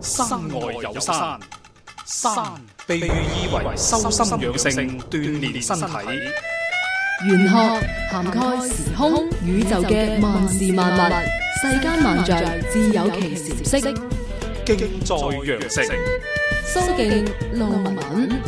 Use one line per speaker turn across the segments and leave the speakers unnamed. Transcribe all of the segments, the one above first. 山外有山，山被喻意為修心養性、鍛鍊身體。
玄學涵蓋時空宇宙嘅萬事萬物，世間萬象自有其時色。
敬在羊城，
蘇敬路文。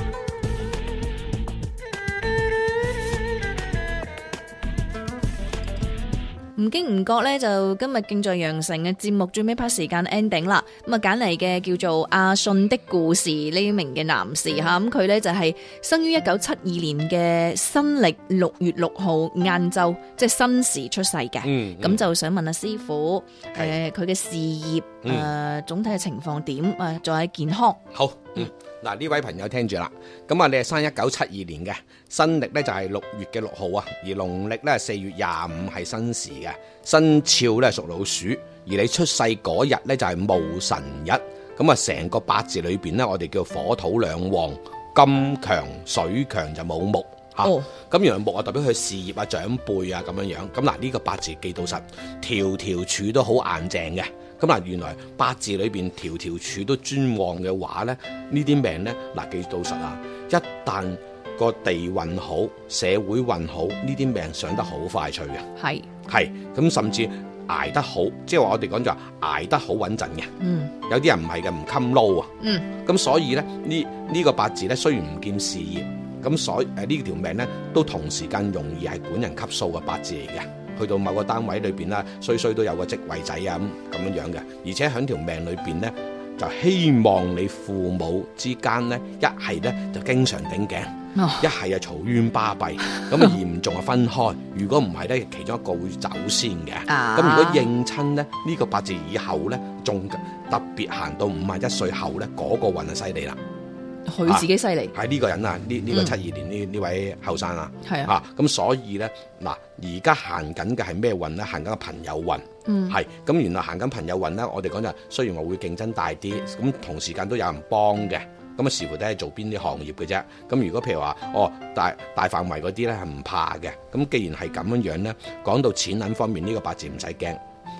唔經唔覺咧，就今日敬在羊城嘅節目最尾 part 時間 ending 啦。咁啊揀嚟嘅叫做阿信的故事呢名嘅男士吓，咁佢咧就係生於一九七二年嘅新曆六月六號晏晝，即係新時出世嘅。
嗯，
咁就想問下師傅，誒
係
佢嘅事業
嗯
誒總體嘅情況點啊？仲有健康
好，嗯，嗱呢位朋友聽住啦，咁啊你係生一九七二年嘅，新歷咧就係六月嘅六號啊，而農曆咧四月廿五係新時嘅，生肖咧屬老鼠，而你出世嗰日咧就係戊辰日，咁啊成個八字裏邊咧我哋叫火土兩旺，金強水強就冇木嚇。
哦
咁原來木啊代表佢事業啊、長輩啊咁樣樣。咁嗱，呢個八字記到實，條條柱都好硬淨嘅。咁嗱，原來八字裏邊條條柱都專旺嘅話咧，呢啲命咧嗱記到實啊，一旦個地運好、社會運好，呢啲命上得好快脆嘅。
係
係咁，甚至捱得好，即係話我哋講就話捱得好穩陣嘅。
嗯
有啲人唔係嘅，唔襟撈啊。
嗯，
咁所以咧，呢呢、個八字咧，雖然唔見事業，咁所誒呢條命咧，都同時間容易係管人級數嘅八字嚟嘅。去到某個單位裏邊啦，衰衰都有個職位仔啊咁咁樣樣嘅，而且喺條命裏邊咧，就希望你父母之間咧，一係咧就經常頂頸。
哦
一係啊嘈冤巴 閉，咁啊嚴重啊分開。如果唔係咧，其中一個會走先嘅。
啊
咁如果認親咧，呢、個八字以後咧，仲特別行到五萬一歲後咧，嗰、個運啊犀利啦。啊
佢自己犀利
係呢個人啊，呢呢、個
嗯
七二年呢呢位後生啊，
係啊，
啊咁所以咧嗱，而家行緊嘅係咩運咧？行緊個朋友運。
嗯
係咁，原來行緊朋友運咧，我哋講就係雖然話會競爭大啲，咁同時間都有人幫嘅。咁啊，視乎睇係做邊啲行業嘅啫。咁如果譬如話，哦大大範圍嗰啲咧係唔怕嘅。咁既然係咁樣樣咧，講到錢銀方面呢、個八字唔使驚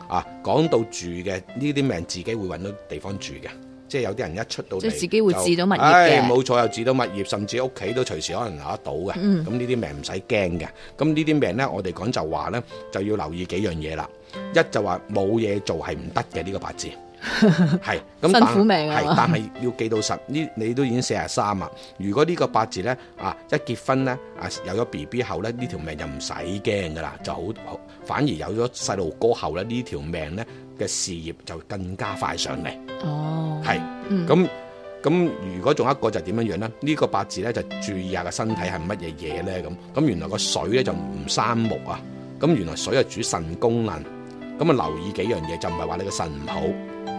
啊。講到住嘅呢啲命，自己會揾到地方住嘅。即係有啲人一出到嚟
即係自己會
就
置到物業嘅
唉冇錯，又置到物業，甚至屋企都隨時可能留得到嘅。
嗯
咁呢啲命唔使驚嘅。咁呢啲命咧，我哋講就話咧，就要留意幾樣嘢啦。一就話冇嘢做係唔得嘅呢個八 字，係咁
辛苦命啊
係但係要記到實呢，你都已經四十三啦。如果呢個八字咧啊一結婚咧啊有咗 B B 後咧，呢條命就唔使驚噶啦，就好好反而有咗細路哥後咧，呢條命咧嘅事業就更加快上嚟，
哦，
係
嗯
咁。咁如果仲有一個就點樣樣咧？呢、個八字咧就注意下個身體係乜嘢嘢咧咁。咁原來個水咧就唔生木啊。咁原來水係主腎功能。咁啊留意幾樣嘢，就唔係話你個腎唔好，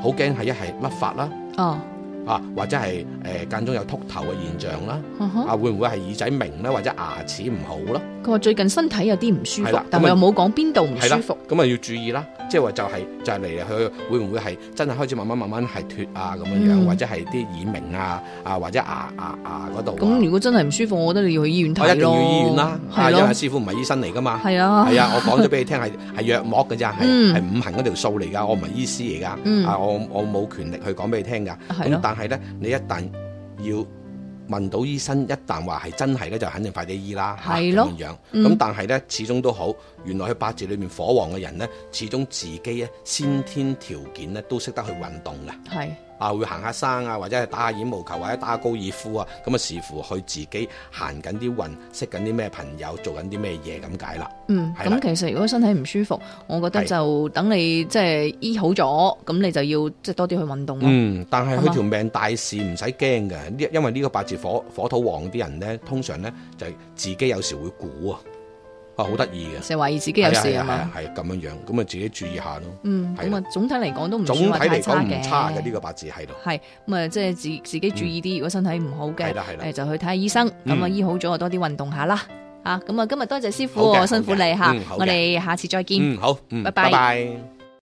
好驚係一係甩發啦，
哦，
啊或者係誒、呃、間中有禿頭嘅現象啦，
嗯哼
啊會唔會係耳仔明咧，或者牙齒唔好啦？
佢話最近身體有啲唔舒
係
服
啦，
但
咁
係
啊
又冇講邊度唔
係
舒
啦
服。，
咁啊要注意啦，即係話就係、就係嚟嚟去去，會唔會係真係開始慢慢慢慢係脱啊咁樣樣，
嗯
或者係啲耳鳴啊啊或者牙牙牙嗰度啊
咁如果真係唔舒服，我覺得你要去醫院
我
睇
一定
咯。
要醫院啦，啊，
係
因為
咯，
師傅唔係醫生嚟噶嘛。
係啊，
係啊，我講咗俾你聽係係藥膜嘅咋，係
嗯
係五行嗰條數嚟噶，我唔係醫師嚟噶，
嗯
啊我我冇權力去講俾你聽噶。
係啊
咁
咯
但係咧，你一旦要問到醫生，一旦話係真係咧，就肯定快啲醫啦。嚇
係咯
咁樣樣。
嗯
咁但係咧，始終都好，原來佢八字裏面火旺嘅人咧，始終自己咧先天條件咧都識得去運動嘅。
係
啊，會行下山啊，或者係打下羽毛球，或者打下高爾夫啊，咁啊視乎佢自己行緊啲運，識緊啲咩朋友，做緊啲咩嘢咁解啦。
嗯，
係啦
咁其實如果身體唔舒服，我覺得
係
就等你即係醫好咗，咁你就要即係多啲去運動咯。
嗯，但係
係嘛
佢條命大事唔使驚嘅，呢因為呢個八字火火土旺啲人咧，通常咧就係自己有時會估啊，啊好得意嘅，
成日懷疑自己有事
係
啊
啊係啊
嘛。
係啊係咁樣樣，咁啊自己注意下咯。
嗯，
係
咁啊，總體嚟講都唔
總
算
體
話太
嚟
差
講
嘅。
唔差嘅呢個八字係度。
係咁啊，即係自自己注意啲，如果身體唔好嘅，
係啦係啦
誒就去睇下醫生，咁啊
嗯
醫好咗就多啲運動下啦。啊，咁啊今日多謝師傅
好嘅
喎，
好
辛苦
嘅
你嚇
嗯，好嘅
我哋下次再見。
嗯，好，嗯，
拜拜
拜拜